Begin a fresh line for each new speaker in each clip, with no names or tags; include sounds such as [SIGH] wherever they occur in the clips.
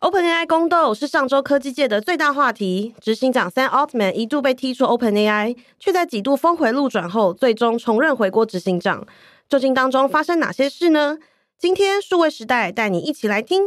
OpenAI 宫斗是上周科技界的最大话题。执行长 Sam Altman 一度被踢出 OpenAI，却在几度峰回路转后，最终重任回国执行长。究竟当中发生哪些事呢？今天数位时代带你一起来听。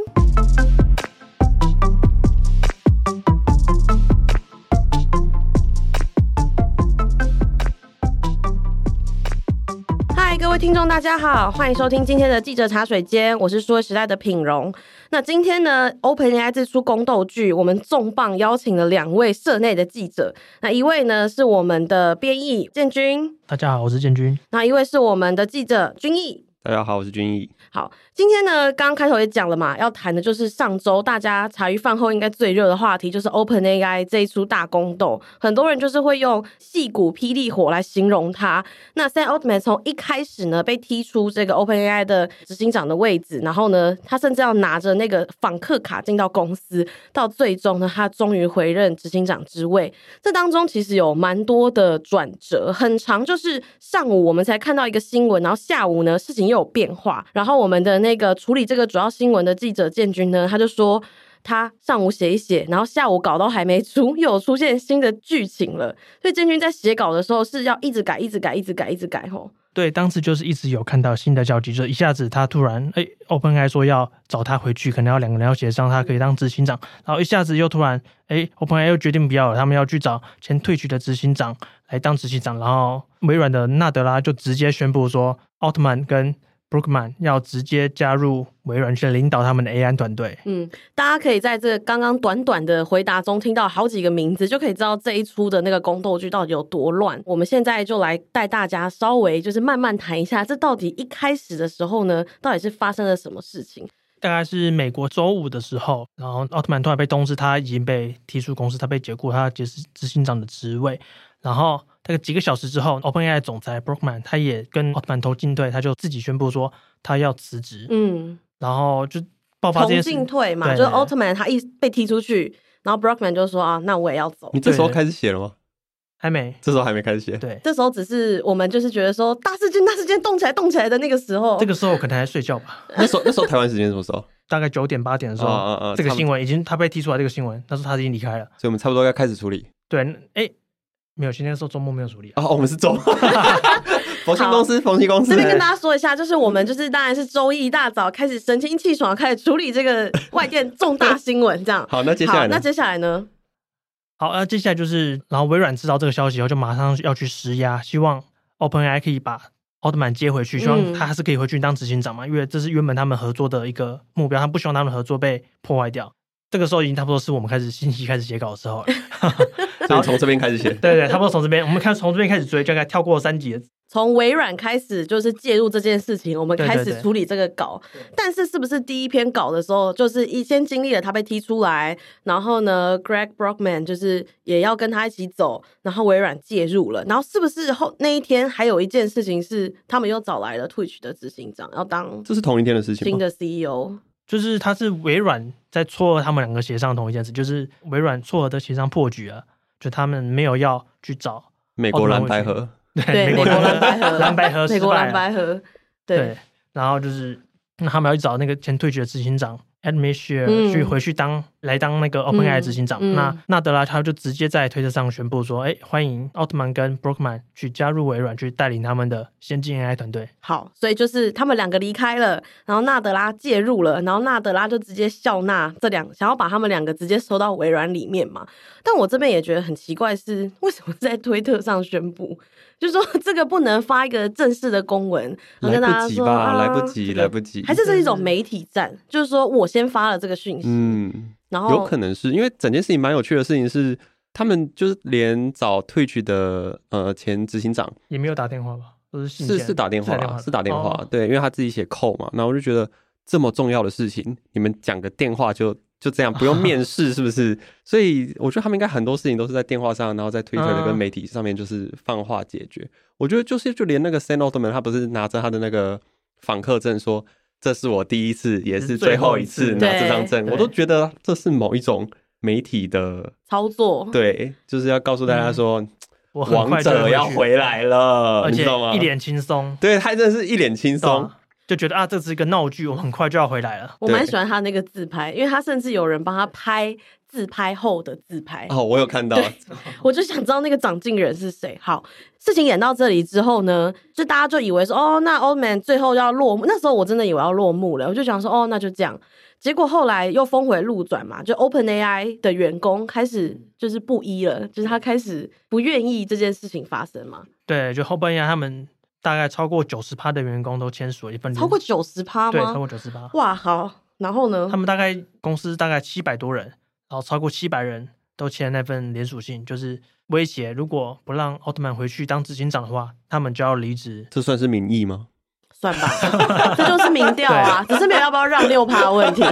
嗨，各位听众，大家好，欢迎收听今天的记者茶水间，我是数位时代的品荣。那今天呢，OpenAI 这出宫斗剧，我们重磅邀请了两位社内的记者，那一位呢是我们的编译建军，
大家好，我是建军。
那一位是我们的记者君毅。
大家好，我是君毅。
好，今天呢，刚刚开头也讲了嘛，要谈的就是上周大家茶余饭后应该最热的话题，就是 OpenAI 这一出大宫斗，很多人就是会用“戏骨霹雳火”来形容它。那 Sam Altman 从一开始呢被踢出这个 OpenAI 的执行长的位置，然后呢，他甚至要拿着那个访客卡进到公司，到最终呢，他终于回任执行长之位。这当中其实有蛮多的转折，很长，就是上午我们才看到一个新闻，然后下午呢事情又有变化，然后我们的那个处理这个主要新闻的记者建军呢，他就说。他上午写一写，然后下午稿都还没出， [LAUGHS] 又有出现新的剧情了。所以建军在写稿的时候是要一直改、一直改、一直改、一直改吼。
对，当时就是一直有看到新的交集，就是一下子他突然哎、o p e n AI 说要找他回去，可能要两个人要协商，他可以当执行长，然后一下子又突然哎、o p e n AI 又决定不要了，他们要去找前退去的执行长来当执行长，然后微软的纳德拉就直接宣布说，奥特曼跟 Brookman 要直接加入微软去领导他们的 AI 团队。
嗯，大家可以在这个刚刚短短的回答中听到好几个名字，就可以知道这一出的那个宫斗剧到底有多乱。我们现在就来带大家稍微就是慢慢谈一下，这到底一开始的时候呢，到底是发生了什么事情？
大概是美国周五的时候，然后奥特曼突然被通知他已经被踢出公司，他被解雇，他解是执行长的职位。然后大概几个小时之后，OpenAI 总裁 Brockman 他也跟奥特曼投进退，他就自己宣布说他要辞职，
嗯，
然后就爆发这
同
件事。
进退嘛，
对
就是奥特曼他一被踢出去，然后 Brockman 就说啊，那我也要走
你。这时候
对
开始写了吗？
还没
这时候还没开始写。
对，
这时候只是我们就是觉得说大事件大事件动起来动起来的那个时候，
这个时候我可能还睡觉吧，
那时候那时候台湾时间什么时候？
大概九点八点的时候，
啊啊啊
这个
差不多
新闻已经他被踢出来，这个新闻他说他已经离开了。
所以我们差不多要开始处理。
对，哎，没有，今天说周末没有处理啊。
啊，我们是
[LAUGHS]
周冯鑫公司，冯鑫公司
这。边跟大家说一下，就是我们就是当然是周一一大早开始神清气爽开始处理这个外电重大新闻，这样。
好，那接下来
好那
呢？
接下来呢？
好，那、接下来就是，然后微软知道这个消息以后，就马上要去施压，希望 OpenAI 可以把奥特曼接回去，希望
嗯
他还是可以回去当执行长嘛，因为这是原本他们合作的一个目标，他不希望他们合作被破坏掉。这个时候已经差不多是我们开始信息开始写稿的时候
[LAUGHS]
了，
所以从这边开始写。
对对，差不多从这边，我们看从这边开始追，大概跳过三集，
从微软开始就是介入这件事情，我们
对对
开始
对
处理这个稿。但是是不是第一篇稿的时候，就是一先经历了他被踢出来，然后呢，Greg Brockman 就是也要跟他一起走，然后微软介入了，然后是不是后那一天还有一件事情是他们又找来了 Twitch 的执行长，要当
这是同一天的事情
新
吗？
的 E CEO？
就是他是微软在撮合他们两个协商同一件事，就是微软撮合的协商破局了，就他们没有要去找
美国蓝白河，
对，美国
人
蓝白河，
蓝白河
呃美
失
国
败
蓝
了
白河，对，，
然后就是那他们要去找那个前退局的执行长 Ed m i s h e r
嗯
去回去当来当那个 OpenAI
嗯
执行长。
嗯
那纳德拉他就直接在推特上宣布说：“哎，欢迎奥特曼跟 Brookman 去加入微软，去带领他们的先进 AI 团队。
好，所以就是他们两个离开了，然后纳德拉介入了，然后纳德拉就直接笑纳这两，想要把他们两个直接收到微软里面嘛。但我这边也觉得很奇怪是，为什么在推特上宣布，就说这个不能发一个正式的公文，然后
来
哦跟大
不
家
及
说
吧？来不，
啊
及，
这个
来不及。
还是这是一种媒体战，就是说我先发了这个讯息，
嗯，
然后
有可能是因为整件事情蛮有趣的事情是，他们就是连找退去的呃前执行长。
也没有打电话吧？都是信
是
件
是打电话啦，是打电话，
哦
对，因为他自己写扣嘛，然后我就觉得这么重要的事情，你们讲个电话就就这样，不用
[LAUGHS]
面试是不是？所以我觉得他们应该很多事情都是在电话上，然后在推特
嗯
跟媒体上面就是放话解决。我觉得就是就连那个 Sam Altman 他不是拿着他的那个访客证说。这是我第一次，也是最后一次
最后一
次
拿这张
对
证，
对
我都觉得这是某一种媒体的，
操作，
对，就是要告诉大家说，
嗯我很
王
快就
者
会
要
去
回来了，
而
你
且
知道吗？
一脸轻松，
对他真的是一脸轻
懂
松
吗，就觉得啊，这是一个闹剧，我们很快就要回来了。
我蛮喜欢他那个自拍，因为他甚至有人帮他拍自拍后的自拍。
哦，我有看到，
我就想知道那个掌镜人是谁。好，事情演到这里之后呢，就大家就以为说，哦，那 Old Man 最后要落幕。那时候我真的以为要落幕了，我就想说，哦，那就这样。结果后来又峰回路转嘛，就 OpenAI 的员工开始就是不依了，就是他开始不愿意这件事情发生嘛，
对，就后半夜他们大概超过九十趴的员工都签署了一份
超过九十趴
嗯对，超
吗？
过九十趴。
哇，好，然后呢
他？们大概公司大概七百多人，然后超过七百人都签那份联署信，就是威胁，如果不让奥特曼回去当执行长的话，他们就要离职。
[LAUGHS] 这算是民意吗？
算吧，这就是民调
[LAUGHS]
啊，只是没有要不要让六趴的问题。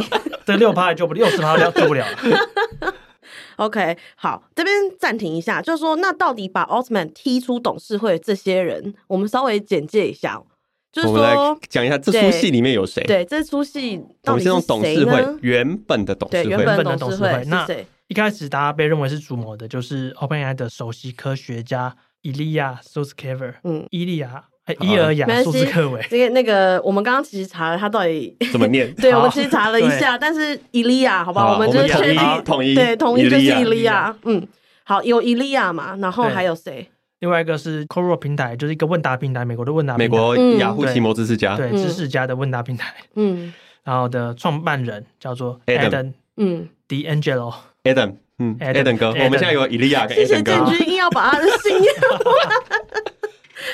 这六趴救不六十趴就救不了了。 [LAUGHS]
OK，好，这边暂停一下，就是说，那到底把 Altman 踢出董事会这些人，我们稍微简介一下哦，就是
我们来
说，
讲一下这出戏里面有谁。，
对这出戏
我
到
们
底
先
是
从董事
谁
会
呢？
原本的董
对，
事
原
会，
本
的
董
董
事
事会
会
那
是谁？
一开始大家被认为是主谋的，就是 OpenAI 的首席科学家伊利亚·苏斯凯维，
嗯，
伊利亚，哎
好啊
伊尔雅
没
·
关
苏
系
斯克维，
这个那个，我们刚刚其实查了他到底，？
怎么念
[LAUGHS]
对
好
我其实查了一下，但是伊利亚，好不好？
好
我们就是
我
确
们
定
统一统一
对，统一就是伊
Ilya
利亚，嗯，好，有伊利亚嘛，然后
对
还有谁？
另外一个是 Coro 平台，就是一个问答平台，美国的问答
美
平台，
国
嗯
雅虎奇摩知识家，
对
嗯
知识家的问答平台，
嗯
然后的创办人叫做
Adam
Adam
嗯，
D'Angelo，
Adam，嗯
Adam
，Adam 哥，
Adam
我们现在有伊利亚跟
谢谢
Adam
建
哎哥，
军硬要把他的信
[LAUGHS]
念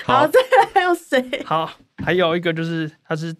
好，
好，
再来还有谁？
好，还有一个就是他是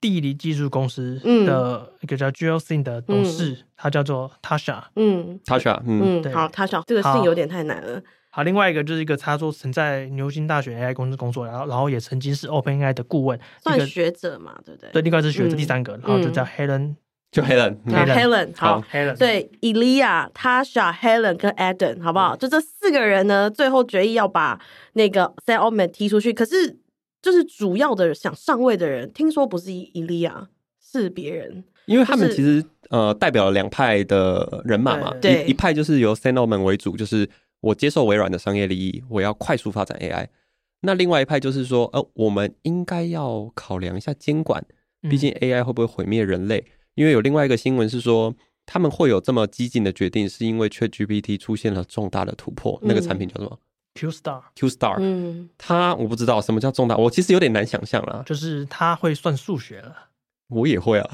地理技术公司
嗯
的一个叫 Geosyn 的董事，他叫做 Tasha。
嗯。
他去啊，嗯，
嗯
对，
好，他想这个事情有点太难了。
好，另外一个就是一个他说曾在牛津大学 AI 公司工作，然后然后也曾经是 OpenAI 的顾问，一
算
个
学者嘛，对不对？
对，另外是学者
嗯
第三个，然后就叫 Helen
就 Helen，嗯
那
Helen
Helen 好
好。
Helen，，
对，Elia、Tasha、Helen 跟 Adam，好不
嗯
好？就这四个人呢，最后决议要把那个 Sam Altman 踢出去。可是，就是主要的想上位的人，听说不是 Elia，是别人。
因为他们
就是
其实呃代表了两派的人马嘛，
对
一一派就是由 Sam Altman 为主，就是我接受微软的商业利益，我要快速发展 AI。那另外一派就是说，呃，我们应该要考量一下监管，
嗯
嗯
毕竟 AI 会不会毁灭人类？因为有另外一个新闻是说，他们会有这么激进的决定，是因为 ChatGPT 出现了重大的突破。那个
嗯
产品叫什么
Q Star
？QStar，、
嗯，
它我不知道什么叫重大，我其实有点难想象啦。
就是他会算数学了，
我也会啊，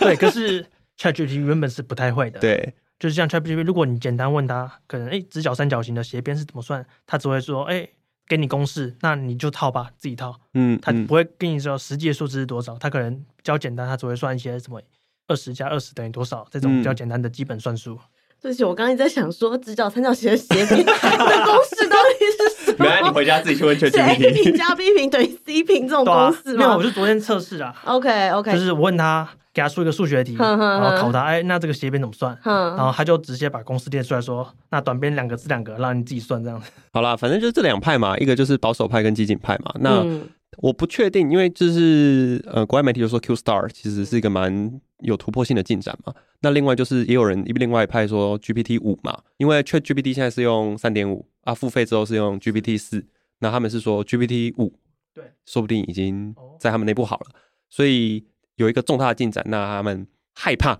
对，可
[LAUGHS]
是 ChatGPT 原本是不太会的，，
对，
就是像 ChatGPT，如果你简单问他，可能哎直角三角形的斜边是怎么算，他只会说哎给你公式，那你就套吧，自己套，
嗯，
他
嗯
不会跟你说实际的数值是多少，他可能比较简单，他只会算一些什么二十加二十等于多少这种比较
嗯
简单的基本算术。
对不起，我刚刚一直在想说，直角三角形的斜 [LAUGHS] 边的公式到底是什么？
没关系你回家自己去
[LAUGHS]
问
是 A
ChatGPT
平。加 B 平等于 C 平这种
对啊
公，式
没有，
吗
我就昨天测试啊，
？OK OK，
就是我问他给他出一个数
[LAUGHS]
学题，
嗯哼哼
然后
哼
考他哎那这个斜边怎么算，
嗯
然后他就直接把公式列出来说，那短边两个是两个，让你自己算这样子。
[LAUGHS] 好啦，反正就是这两派嘛，一个就是保守派跟激进派嘛。那
嗯
我不确定，因为就是呃，国外媒体就说 Q Star 其实是一个蛮有突破性的进展嘛。那另外就是也有人另外一派说 GPT 五嘛，因为 Chat GPT 现在是用三点五啊，付费之后是用 GPT 四，那他们是说 GPT 五，
对，
说不定已经
哦
在他们内部好了，所以有一个重大的进展，那他们害怕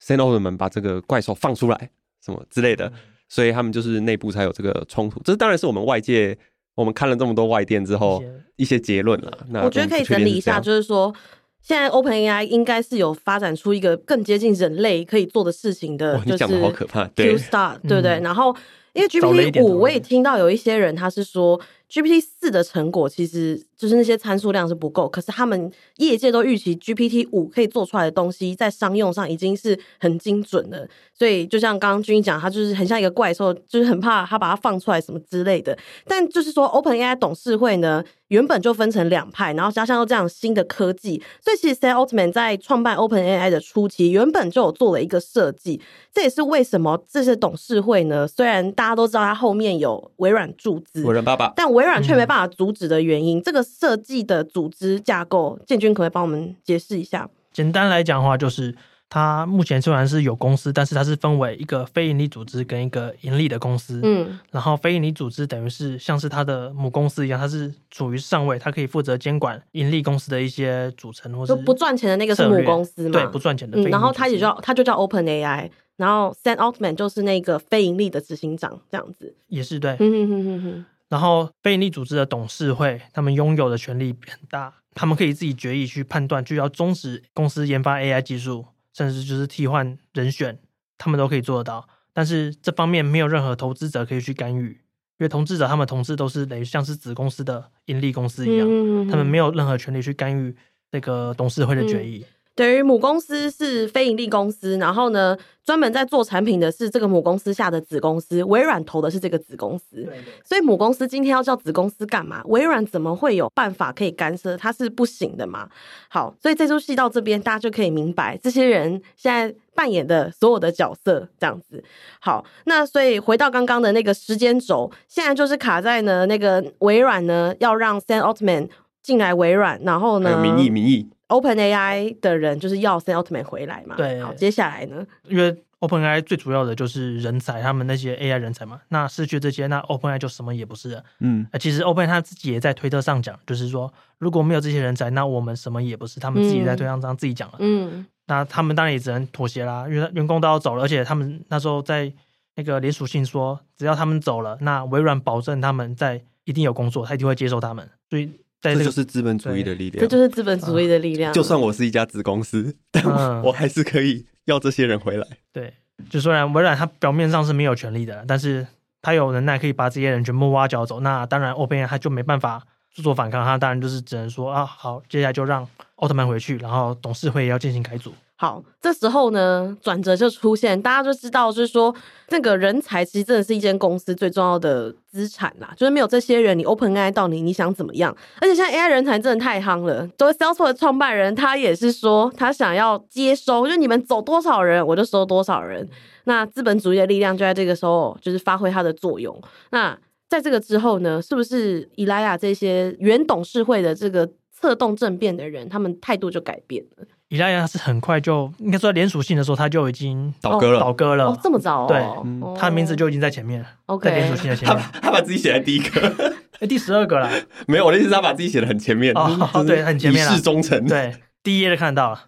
s a n o 们把这个怪兽放出来什么之类的，
嗯
所以他们就是内部才有这个冲突。这当然是我们外界，我们看了这么多外电之后
一些
一些结论啦。那
我觉得
们
可以
不确定
整理一
是这
下，
样
就是说，现在 OpenAI 应该是有发展出一个更接近人类可以做的事情的
哇，，
就
你
是
讲的好可怕，对
Q，Star，对不对？
嗯
然后因为
早了一
GPT
点早了一点
五，我也听到有一些人他是说 GPT 四的成果其实就是那些参数量是不够，可是他们业界都预期 GPT 五可以做出来的东西在商用上已经是很精准的，所以就像刚刚君讲，他就是很像一个怪兽，就是很怕他把它放出来什么之类的。但就是说，OpenAI 董事会呢原本就分成两派，然后加上又这样新的科技，所以其实 Sam Altman 在创办 OpenAI 的初期，原本就有做了一个设计，这也是为什么这些董事会呢，虽然大家都知道它后面有微软注资
我，人爸爸，
但微软却没办法阻止的原因，这个设计的组织架构，建军可不可以帮我们解释一下？
简单来讲的话，就是它目前虽然是有公司，但是它是分为一个非盈利组织跟一个盈利的公司。
嗯
然后非营利组织等于是像是它的母公司一样，它是处于上位，它可以负责监管盈利公司的一些组成或
就是不赚钱的那个是母公司嘛，
对不赚钱的
嗯
非盈利组织、
然后它也叫它就叫 Open AI，然后 Sam Altman 就是那个非盈利的执行长这样子。
也是对。
嗯哼哼哼哼，
然后非营利组织的董事会，他们拥有的权力很大，他们可以自己决议去判断，就要终止公司研发 AI 技术，甚至就是替换人选，他们都可以做得到。但是这方面没有任何投资者可以去干预，因为投资者他们同事都是等于像是子公司的盈利公司一样，
嗯
他们没
有
有任何权利去干预那个董事会的决议。
等于母公司是非盈利公司，然后呢，专门在做产品的是这个母公司下的子公司，微软投的是这个子公司。所以母公司今天要叫子公司干嘛？微软怎么会有办法可以干涉？它是不行的嘛。好，所以这出戏到这边，大家就可以明白这些人现在扮演的所有的角色这样子。好，那所以回到刚刚的那个时间轴，现在就是卡在呢那个微软呢要让 Sam Altman 进来微软，然后
还
呢
有民意，民意
Open AI 的人就是要 Sam Altman 回来嘛。
对
好，接下来呢？
因为 OpenAI 最主要的就是人才，他们那些 AI 人才嘛，那失去这些，那 OpenAI 就什么也不是了。
嗯，
呃，其实 Open 他自己也在推特上讲，就是说，如果没有这些人才，那我们什么也不是。他们自己在推特上自己讲了，
嗯
那他们当然也只能妥协啦，因为员工都要走了，而且他们那时候在那个联署信说，只要他们走了，那微软保证他们在一定有工作，他一定会接受他们。所以在
嗯这
这
就
个
是资本主义的力量。
这就是资本主义的力量。
啊就算我是一家子公司，但我,、
嗯
还是可以要这些人回来。
对，就虽然微软它表面上是没有权利的，但是它有能耐可以把这些人全部挖角走。那当然，OpenAI 它就没办法做反抗，它当然就是只能说啊，好，接下来就让奥特曼回去，然后董事会也要进行改组。
好，这时候呢，转折就出现，大家就知道，就是说，那个人才其实真的是一间公司最重要的资产啦。就是没有这些人，你 OpenAI 到你，你想怎么样？而且现在 AI 人才真的太夯了。作为 Salesforce 的创办人，他也是说，他想要接收，就是你们走多少人，我就收多少人。那资本主义的力量就在这个时候，就是发挥它的作用。那在这个之后呢，是不是伊莱亚这些原董事会的这个策动政变的人，他们态度就改变了？
伊莱亚是很快就应该说在联署信的时候，他就已经
倒戈了，
倒戈了，
哦，这么早、哦？
对
嗯
哦
他的名字就已经在前面了，
OK
在联署信的前
他
面
把， [LAUGHS] 他把自己写在第一个， [LAUGHS]
哎，第十二个了，
没有我的意思，是他把自己写的很前面，
哦
就是
对很前面啦
以示忠诚。，
对，第一页就看得到了，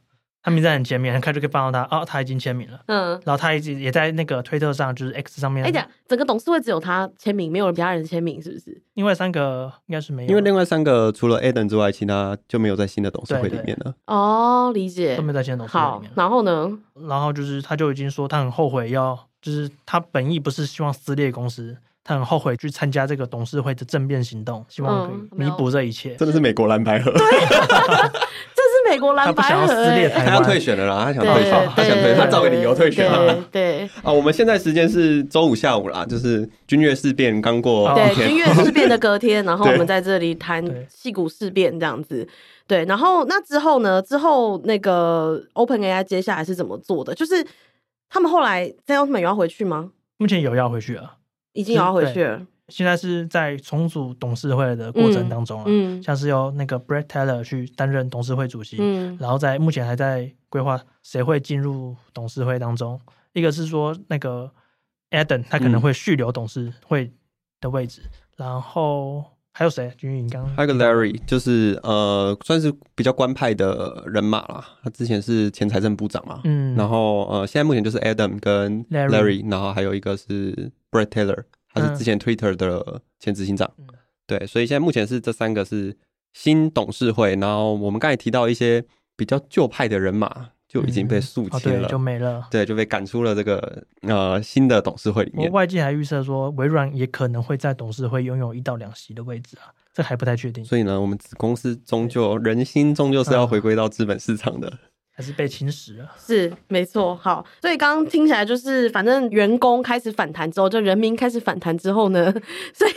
他名字在很前面，很快就可以放到他，哦，他已经签名了。
嗯，
然后他一直也在那个推特上，就是 X 上面，
哎、讲整个董事会只有他签名，没有其他人签名，是不是？
另外三个应该是没有，
因为另外三个除了 Adam 之外，其他就没有在新的董事会里面了。
哦，理解
都。没有在现在董事会里
好
面，。
然后呢？
然后就是他就已经说他很后悔要，就是他本意不是希望撕裂公司，他很后悔去参加这个董事会的政变行动，希望可
嗯
以弥补这一切。
真的是美国蓝白合，
这是美国蓝白
他不
合、
想要撕
欸，
裂台
他要退选了啦，他想退
对
选，他想退，
对
他找个理由退选了。
对对
啊，我们现在时间是周五下午啦，就是军乐事变刚过
哦
一
对，军
天，
乐事变的隔天，然后我
对
们在这里谈
对
戏骨事变这样子。对，然后那之后呢？之后那个 Open AI 接下来是怎么做的？就是他们后来 Sam Altman 有要回去吗？
目前有要回去了，
已经有要回
对
去了。
现在是在重组董事会的过程当中了，
嗯
像是由那个 Brett Taylor 去担任董事会主席，
嗯
然后在目前还在规划谁会进入董事会当中。一个是说那个 Adam 他
嗯
可能会续留董事会的位置，然后还有谁？君云刚刚
还有个 Larry，就是呃，算是比较官派的人马啦。他之前是前财政部长嘛，
嗯，
然后呃，现在目前就是 Adam 跟
Larry
然后还有一个是 Brett Taylor，他是之前 Twitter 的前执行长。
嗯
对，所以现在目前是这三个是新董事会，然后我们刚才提到一些比较旧派的人马就已经被肃
哦
清
对
了，
就没了。
对，就被赶出了这个呃新的董事会里
我
面。
外界还预测说，微软也可能会在董事会拥有一到两席的位置啊，这还不太确定，
所以呢，我们子公司终究人心终究是
嗯
要回归到资本市场的。
还是被侵蚀
[LAUGHS]
了。
是没错，好，所以刚刚听起来就是，反正员工开始反弹之后，就人民开始反弹之后呢，所以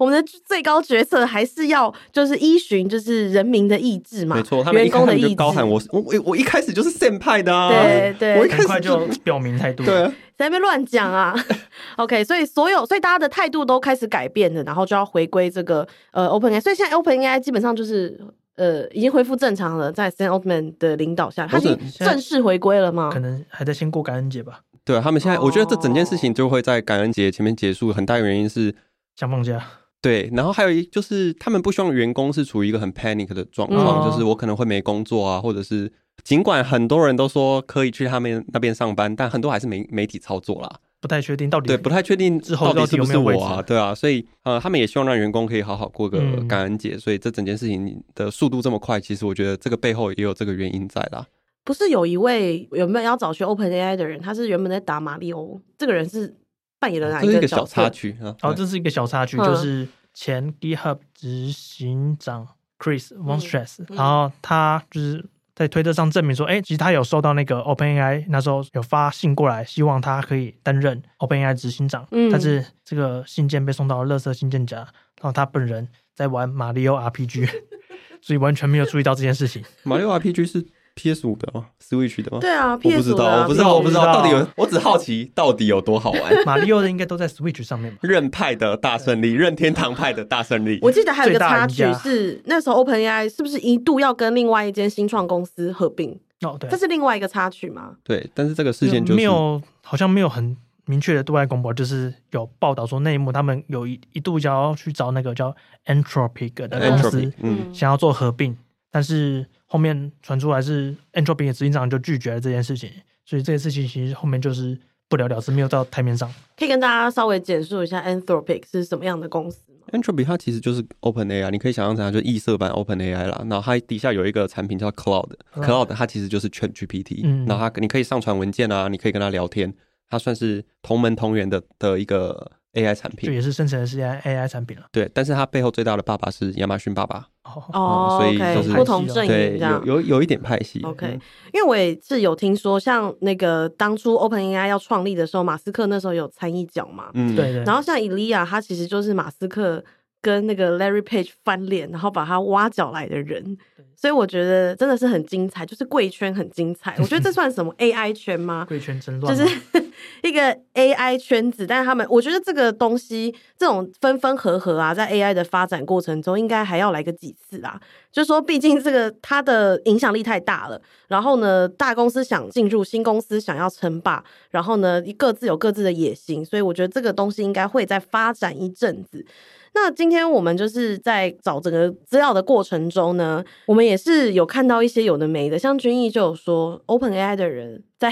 我们的最高决策还是要就是依循就是人民的意志嘛，
没错，他们
员
一开
工的
始他们
意
就
志。
高喊我是我我我一开始就是 Sam 派的啊，
对对
我一开
很
始
快就
就
表明态度，
对啊，
在那边乱讲啊 [LAUGHS] ，OK，所以所有所以大家的态度都开始改变了，然后就要回归这个呃 OpenAI，所以现在 OpenAI 基本上就是呃已经恢复正常了，在 Sam Altman 的领导下，他
我
已经
只
现在
正式回归了吗
可？能还在先过感恩节吧，
对啊他们现在，我觉得这整件
哦
事情就会在感恩节前面结束，很大原因是
想放假，
对，然后还有一就是他们不希望员工是处于一个很 panic 的状况，
嗯
就是我可能会没工作啊，或者是尽管很多人都说可以去他们那边上班，但很多还是媒媒体操作啦，
不太确定到底
对，不太确定
之后
到底是不是
到底有没有
我
位
啊，
置
对啊，所以呃，他们也希望让员工可以好好过个
嗯
感恩节，所以这整件事情的速度这么快，其实我觉得这个背后也有这个原因在啦。
不是有一位原本要找学 Open AI 的人，他是原本在打马里欧，这个人是扮演了哪
哦这是一
个
个
角
小
色
插？曲啊，
哦，
对
这是一个小插曲，
嗯
就是前 GitHub 执行长 Chris v o n
嗯
s t r e s s
嗯
然后他就是在推特上证明说，哎，其实他有收到那个 OpenAI 那时候有发信过来，希望他可以担任 OpenAI 执行长，
嗯
但是这个信件被送到了垃圾信件夹，然后他本人在玩马里
[LAUGHS]
奥 RPG，所以完全没有注意到这件事情。
马六 RPG 是 PS 五的吗？Switch 的吗？
对啊，
我不知
PS5 的
道，
啊
我不知道，我不知道，
PS5
到底有，我只好奇到底有多好玩。 [LAUGHS]
马里奥的应该都在 Switch 上面吧？
任派的大胜利，任天堂派的大胜利。
我记得还有一个插曲
最大赢家
是，那时候 OpenAI 是不是一度要跟另外一间新创公司合并？
哦，对
这，是另外一个插曲吗？
对，但是这个事件就是
没有，好像没有很明确的对外公布，就是有报道说内幕，他们有一一度想要去找那个叫 Anthropic 的公司
entropy，嗯，
想要做合并，但是后面传出来是 Anthropic 的执行长就拒绝了这件事情，所以这件事情其实后面就是不了了之，没有到台面上。
可以跟大家稍微简述一下 Anthropic 是什么样的公司吗？
entropy 它其实就是 Open AI，你可以想象成它就是异色版 Open AI 啦。然后它底下有一个产品叫
嗯
Cloud
Cloud，Cloud 它其实就是 Chat GPT，、
嗯
然后它你可以上传文件啊，你可以跟它聊天，它算是同门同源的的一个 AI 产
就
品。
也是生成的是 AI AI 产品了。
对，但是它背后最大的爸爸是亚马逊爸爸，
哦，
哦
所以就
o
是
k 不同阵
对，
营这
有
样。
有有一点派系。
OK，、
嗯
因为我也是有听说，像那个当初 OpenAI 要创立的时候，马斯克那时候有参一脚嘛。
嗯，
对对。
然后像 Elia，他其实就是马斯克跟那个 Larry Page 翻脸，然后把他挖角来的人。所以我觉得真的是很精彩，就是贵圈很精彩。我觉得这算什么 AI 圈吗？
贵圈真
就
乱
是
嘛，
[LAUGHS] 一个 AI 圈子，但是他们，我觉得这个东西，这种分分合合啊，在 AI 的发展过程中，应该还要来个几次啊。就是说，毕竟这个它的影响力太大了，然后呢，大公司想进入，新公司想要称霸，然后呢，各自有各自的野心，所以我觉得这个东西应该会再发展一阵子。那今天我们就是在找整个资料的过程中呢，我们也是有看到一些有的没的，像君毅就有说，OpenAI 的人在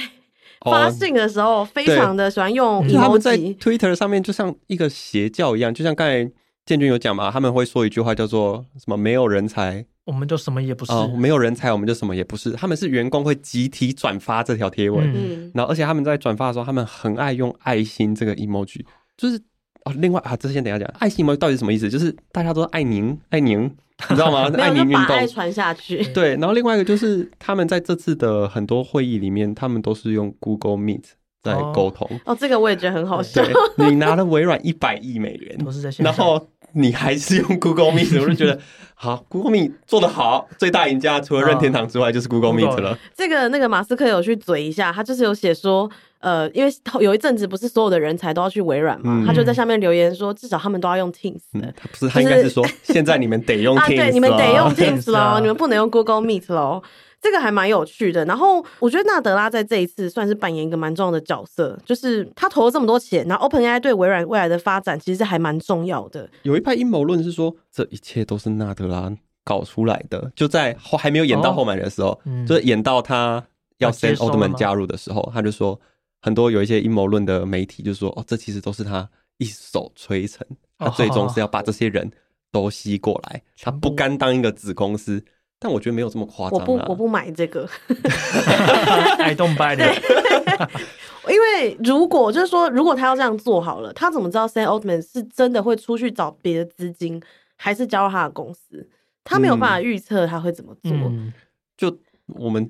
哦嗯
发信的时候，非常的喜欢用
对
就他们在
emoji，嗯
Twitter 上面就像一个邪教一样，就像刚才建军有讲嘛，他们会说一句话叫做什么“没有人才
我们就什么也不”是。
啊、没有人才我们就什么也不是。他们是员工会集体转发这条贴文，
嗯
嗯，
然后而且他们在转发的时候，他们很爱用爱心这个 emoji，就是哦，另外啊，这先等一下讲，爱心 emoji 到底是什么意思？就是大家都爱您，爱您，
[LAUGHS]
你知道吗？
没
爱
有
您
就
运
把爱
动。
传下去，
对，然后另外一个就是他们在这次的很多会议里面，他们都是用 Google Meet 在
哦
沟通。
[LAUGHS] 哦，这个我也觉得很好笑，
对你拿了微软一百亿美元，
都是在线
然
上
后你还是用 Google Meet，我就觉得好，Google Meet 做得好，最大赢家除了任天堂之外就是 Google
Google
Meet 了。嗯
这个那个马斯克有去嘴一下，他就是有写说，呃，因为有一阵子不是所有的人才都要去微软嘛，
嗯
他就在下面留言说，至少他们都要用 Teams
嗯
的。，
他不是，他应该是说，现在你们得用
啊，
Teams，
对，你们得用
啊
Teams
啊
喽，你们不能用 Google Meet 喽。这个还蛮有趣的。然后我觉得纳德拉在这一次算是扮演一个蛮重要的角色，就是他投了这么多钱，然后 OpenAI 对微软未来的发展其实还蛮重要的。
有一派阴谋论是说，这一切都是纳德拉搞出来的，就在后还没有演到
哦
后面的时候，
嗯
就是演到他要
要接
Sam
收了吗
Altman 加入的时候，他就说很多有一些阴谋论的媒体就说，哦，这其实都是他一手摧成，
哦
他最终是要把这些人都吸过来，他
全部
不甘当一个子公司。但我觉得没有这么夸张
我不
啊
我，不买这个，
[LAUGHS] I don't buy
[LAUGHS]
it。
因为如果就是说，如果他要这样做好了，他怎么知道 Sam Altman 是真的会出去找别的资金，还是加入他的公司？他没有办
嗯
法预测他会怎么做。
嗯，
就我们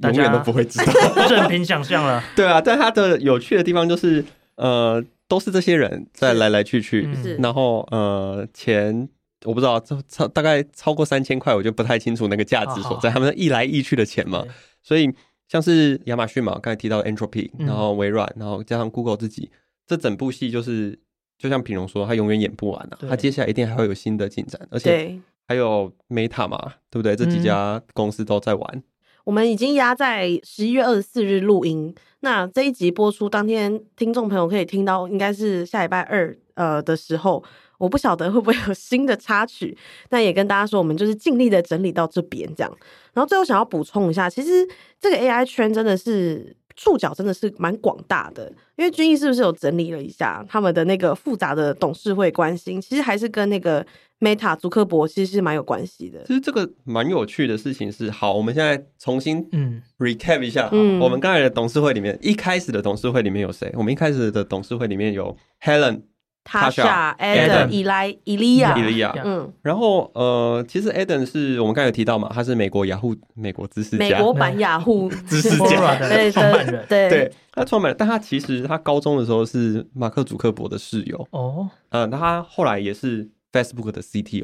大
永
家
远都不会知
[LAUGHS]
道。
任凭想象了。
对啊，但它的有趣的地方就是，呃，都是这些人在
是
来来去去，
嗯
是
然后呃，钱我不知道，超超大概超过三千块，我就不太清楚那个价值所在，他们一来一去的钱嘛
哦对，
所以像是亚马逊嘛，刚才提到的 Entropy，
嗯
然后微软，然后加上 Google 自己，这整部戏就是。就像品荣说，他永远演不完啊，
对
他接下来一定还会有新的进展，而且
对，
还有 Meta 嘛，对不对？这
嗯
几家公司都在玩。
我们已经压在十一月二十四日录音，那这一集播出当天，听众朋友可以听到，应该是下礼拜二呃的时候，我不晓得会不会有新的插曲，但也跟大家说，我们就是尽力的整理到这边这样。然后最后想要补充一下，其实这个 AI 圈真的是触角真的是蛮广大的，因为军艺是不是有整理了一下他们的那个复杂的董事会关系，其实还是跟那个 Meta 祖克伯其实是蛮有关系的。
其实这个蛮有趣的事情是，好，我们现在重新
嗯
recap 一下，
嗯
我们刚才的董事会里面，一开始的董事会里面有谁？我们一开始的董事会里面有 Helen、
Tasha、
Tasha
Adam、
Adam
伊莱、伊利亚、
伊利亚，
Yeah
嗯，
然后呃，其实 Eden 是我们刚才有提到嘛，他是美国雅虎美国知识
美
家，
国版雅
[LAUGHS]
虎，
知识
博
家，
软的创办人
对
对，他创办人，但他其实他高中的时候是马克·祖克伯的室友，
哦，
嗯、那他后来也是 Facebook 的 CTO，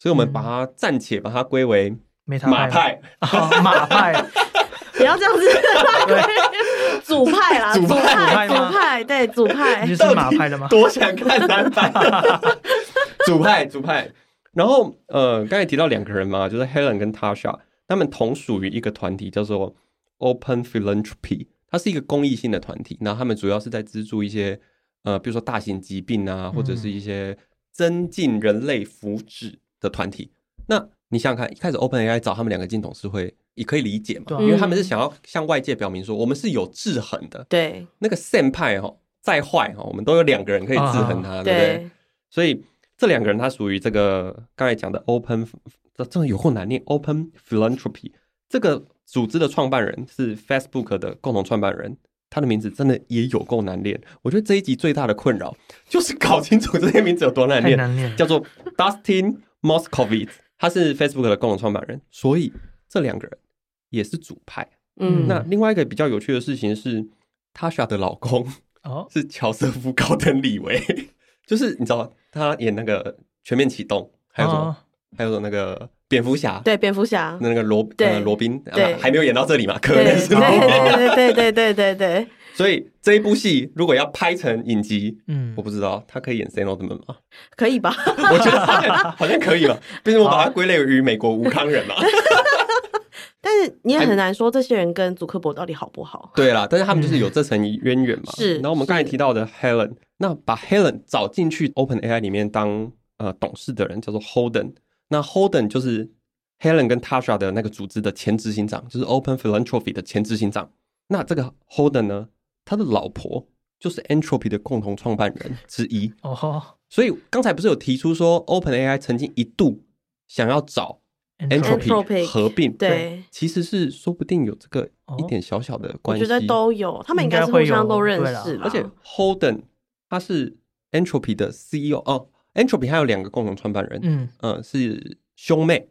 所以我
嗯
们把他暂且把他归为
没他
马派，
哦，马派，
不要这样 [LAUGHS] 子，祖派啦，
祖
祖
派
派，
祖派吗
祖派，对，祖派
你，是马派的吗？
多想看男版，
[LAUGHS]
主派主派。然后呃，刚才提到两个人嘛，就是 Helen 跟 Tasha，他们同属于一个团体，叫做 Open Philanthropy，它是一个公益性的团体。那他们主要是在资助一些呃，比如说大型疾病
嗯
啊，或者是一些增进人类福祉的团体。那你想想看，一开始 OpenAI 找他们两个进董事会，也可以理解嘛，
对啊
因为他们是想要向外界表明说，我们是有制衡的，
对
那个 Sam 派哦，再坏哦，我们都有两个人可以制衡
啊
他，对不啊对？
对，
所以这两个人他属于这个刚才讲的 Open，这真的有够难念 Open Philanthropy 这个组织的创办人是 Facebook 的共同创办人。他的名字真的也有够难念，我觉得这一集最大的困扰就是搞清楚这些名字有多难
太
念。
难念了，
叫做 Dustin Moskovitz，他是 Facebook 的共同创办人，所以这两个人也是主派。
嗯，
那另外一个比较有趣的事情是，Tasha 的老公 [LAUGHS]
哦，
是乔瑟夫·高登·李维， [LAUGHS] 就是你知道他演那个《全面启动》，还有什么，
哦
还有那个蝙蝠侠，
对，蝙蝠侠，
那个罗
对
呃罗宾、
对
啊，还没有演到这里嘛，可
对，
能
对，
是
对，
吗？
对，对，对，对，对，对，
[LAUGHS] 所以这一部戏如果要拍成影集，
嗯
我，不知道他可以演 Sam Altman 吗？ [LAUGHS]
可以吧？ [LAUGHS]
我觉得好像好像可以吧，毕竟我把它归类于美国吴康人嘛。
但是你也
还
很难说这些人跟祖克伯到底好不好，
对啦，但是他们就是有这层渊源嘛。
嗯是
然后我们刚才
是
提到的 Helen，那把 Helen 找进去 Open AI 里面当呃董事的人叫做 Holden，那 Holden 就是 Helen 跟 Tasha 的那个组织的前执行长，就是 Open Philanthropy 的前执行长。那这个 Holden 呢，他的老婆就是 Entropy 的共同创办人之一。
哦
所以刚才不是有提出说 Open AI 曾经一度想要找
Entropy
Entropy 合并，
对，
其实是说不定有这个
哦
一点小小的
我
关系。
觉得都有，他们应该是
应该会
互
有
相都认
对啦
识啦，
而且 Holden 他是 Entropy 的 CEO 哦，Entropy 还有两个共同创办人，
嗯，
嗯、是兄妹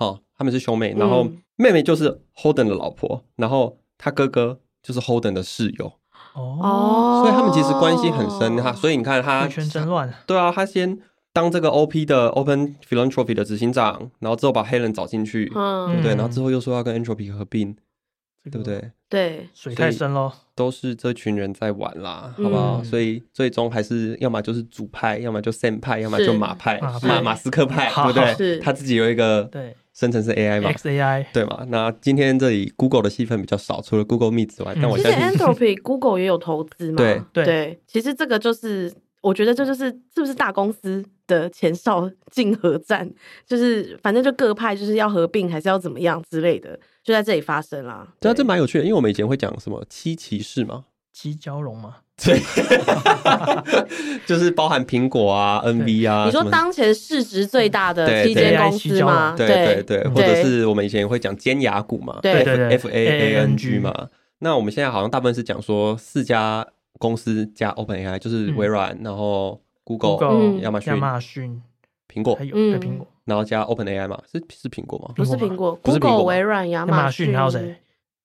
哦，他们是兄妹，然后
嗯
妹妹就是 Holden 的老婆，然后他哥哥就是 Holden 的室友，
哦，
哦，
所以他们其实关系很深哈。所以你看他
一圈真哦乱，
对啊，他先当这个 OP 的 Open Philanthropy 的执行长，然后之后把黑人找进去，
嗯，
对不对？
嗯
然后之后又说要跟 Entropy 合并，
对
对不？对？
对，
水太深喽，
都是这群人在玩啦，好不好？
嗯
所以最终还是要么就是主派，要么就 Sam 派，要么
是
就马派，
马
派
马马斯克派，
好
对不
是
对？他自己有一个
对
生成式 AI 嘛，
，XAI
对嘛？那今天这里 Google 的戏份比较少，除了 Google Meet 之外，
嗯
但我
其实
相信
Anthropy [LAUGHS] Google 也有投资嘛，
对
对
其实这个就是我觉得这就是是不是大公司的前哨 [LAUGHS] 竞合战，就是反正就各派就是要合并还是要怎么样之类的，就在这里发生啦。
对啊，这蛮有趣的，因为我们以前会讲什么七骑士嘛，
七蛟龙嘛，
就是包含苹果啊、NV 啊，
你说
什么
当前市值最大的
对
七
对
间
AI
公
七
司
交
嘛，
嘛
对对对，或者
对
是我们以前也会讲尖牙股嘛，
对
对对
F A A N G
ANG
嘛。那我们现在好像大部分是讲说四家公司加 Open AI，就是微软，然后 Google、
嗯
亚马逊
亚马逊，
苹果
还，有
嗯
对苹果，
然后加 Open AI 嘛，是是苹果吗？
不是苹果
不是苹
，Google、
果吗
微软、亚
亚马逊
逊，
还有谁？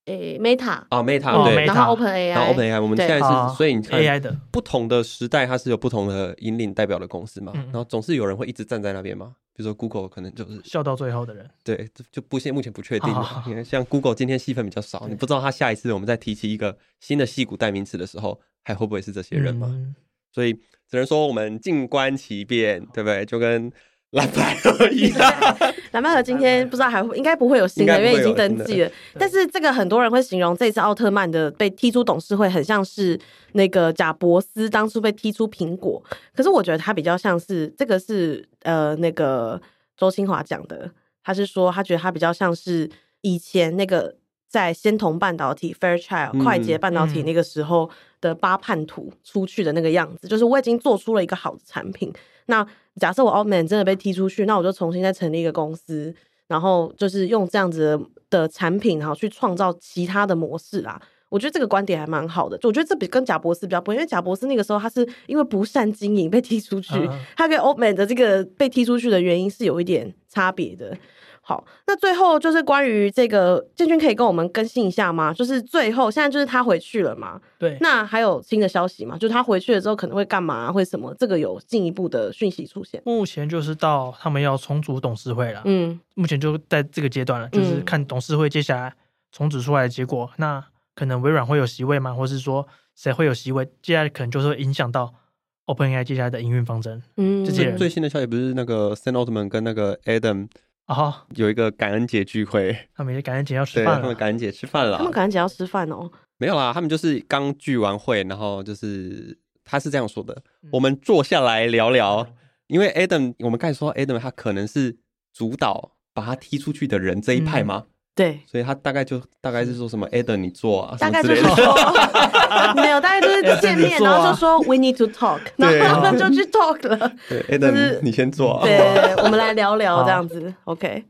诶，Meta，
啊，Meta
哦
对，
Meta
然后 Open
然后 Open
AI，
AI，我们
对
现在
啊
是，所以你看
AI 的，
不同的时代，它是有不同的引领代表的公司嘛，
嗯
然后总是有人会一直站在那边嘛。比如说 Google 可能就是
笑到最后的人，
对，就就不现目前不确定
好好
嘛
好。
因为像 Google 今天戏份比较少，你不知道它下一次我们再提起一个新的戏骨代名词的时候，还会不会是这些人嘛？
嗯
所以只能说我们静观其变，对不对？就跟蓝白合一啊，
[LAUGHS]
[LAUGHS] 蓝白盒今天不知道还会，应该不会有新的，
应
因
该不
为
会
已
有
经登
新
记了。但是这个很多人会形容这次奥特曼的被踢出董事会，很像是那个贾伯斯当初被踢出苹果。可是我觉得他比较像是这个是呃那个周清华讲的，他是说他觉得他比较像是以前那个在仙童半导体 Fairchild、
嗯
快捷半导体
嗯
那个时候的八叛徒出去的那个样子，就是我已经做出了一个好的产品，那假设我 Altman 真的被踢出去，那我就重新再成立一个公司，然后就是用这样子的产品，然后去创造其他的模式啦。我觉得这个观点还蛮好的，就我觉得这比跟贾博士比较不一样，因为贾博士那个时候他是因为不善经营被踢出去，
嗯嗯
他跟 Altman 的这个被踢出去的原因是有一点差别的。好，那最后就是关于这个建军，可以跟我们更新一下吗？就是最后现在就是他回去了嘛，
对，
那还有新的消息吗？就是他回去了之后可能会干嘛，啊会什么？这个有进一步的讯息出现。
目前就是到他们要重组董事会了，
嗯
目前就在这个阶段了，就是看董事会接下来重组出来的结果。那可能微软会有席位吗？或是说谁会有席位？接下来可能就是会影响到 OpenAI 接下来的营运方针。
嗯，
这些人
最新的消息不是那个 Sam Altman 跟那个 Adam
啊、哈，
有一个感恩节聚会，
他们也感恩节要吃
对
饭
他
了
们。感恩节吃饭
他们
了，
感恩节要吃饭哦。
没有啦，他们就是刚聚完会，然后就是他是这样说的
嗯，
我们坐下来聊
嗯
聊，因为 Adam 我们刚才说 Adam 他可能是主导把他踢出去的人这一
嗯
派嘛，
对，
所以他大概就大概是说什么 Adam 你做啊，
大概
什
就
么
是
之类的
说
[LAUGHS]
没有，大概就是见面，
哎
然
这
后
么
就说 we need to talk，
啊对
然后就去 talk
[LAUGHS]
了。
对
就是
，Adam 你先做啊，
对，我们来聊聊
好
这样子。OK，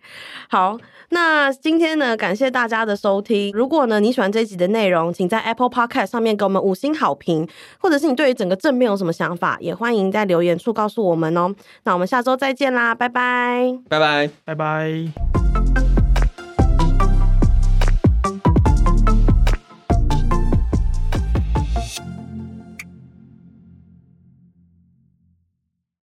好，那今天呢，感谢大家的收听。如果呢你喜欢这一集的内容，请在 Apple Podcast 上面给我们五星好评，或者是你对于整个正面有什么想法，也欢迎在留言处告诉我们哦。那我们下周再见啦，拜拜。
拜拜。
拜拜。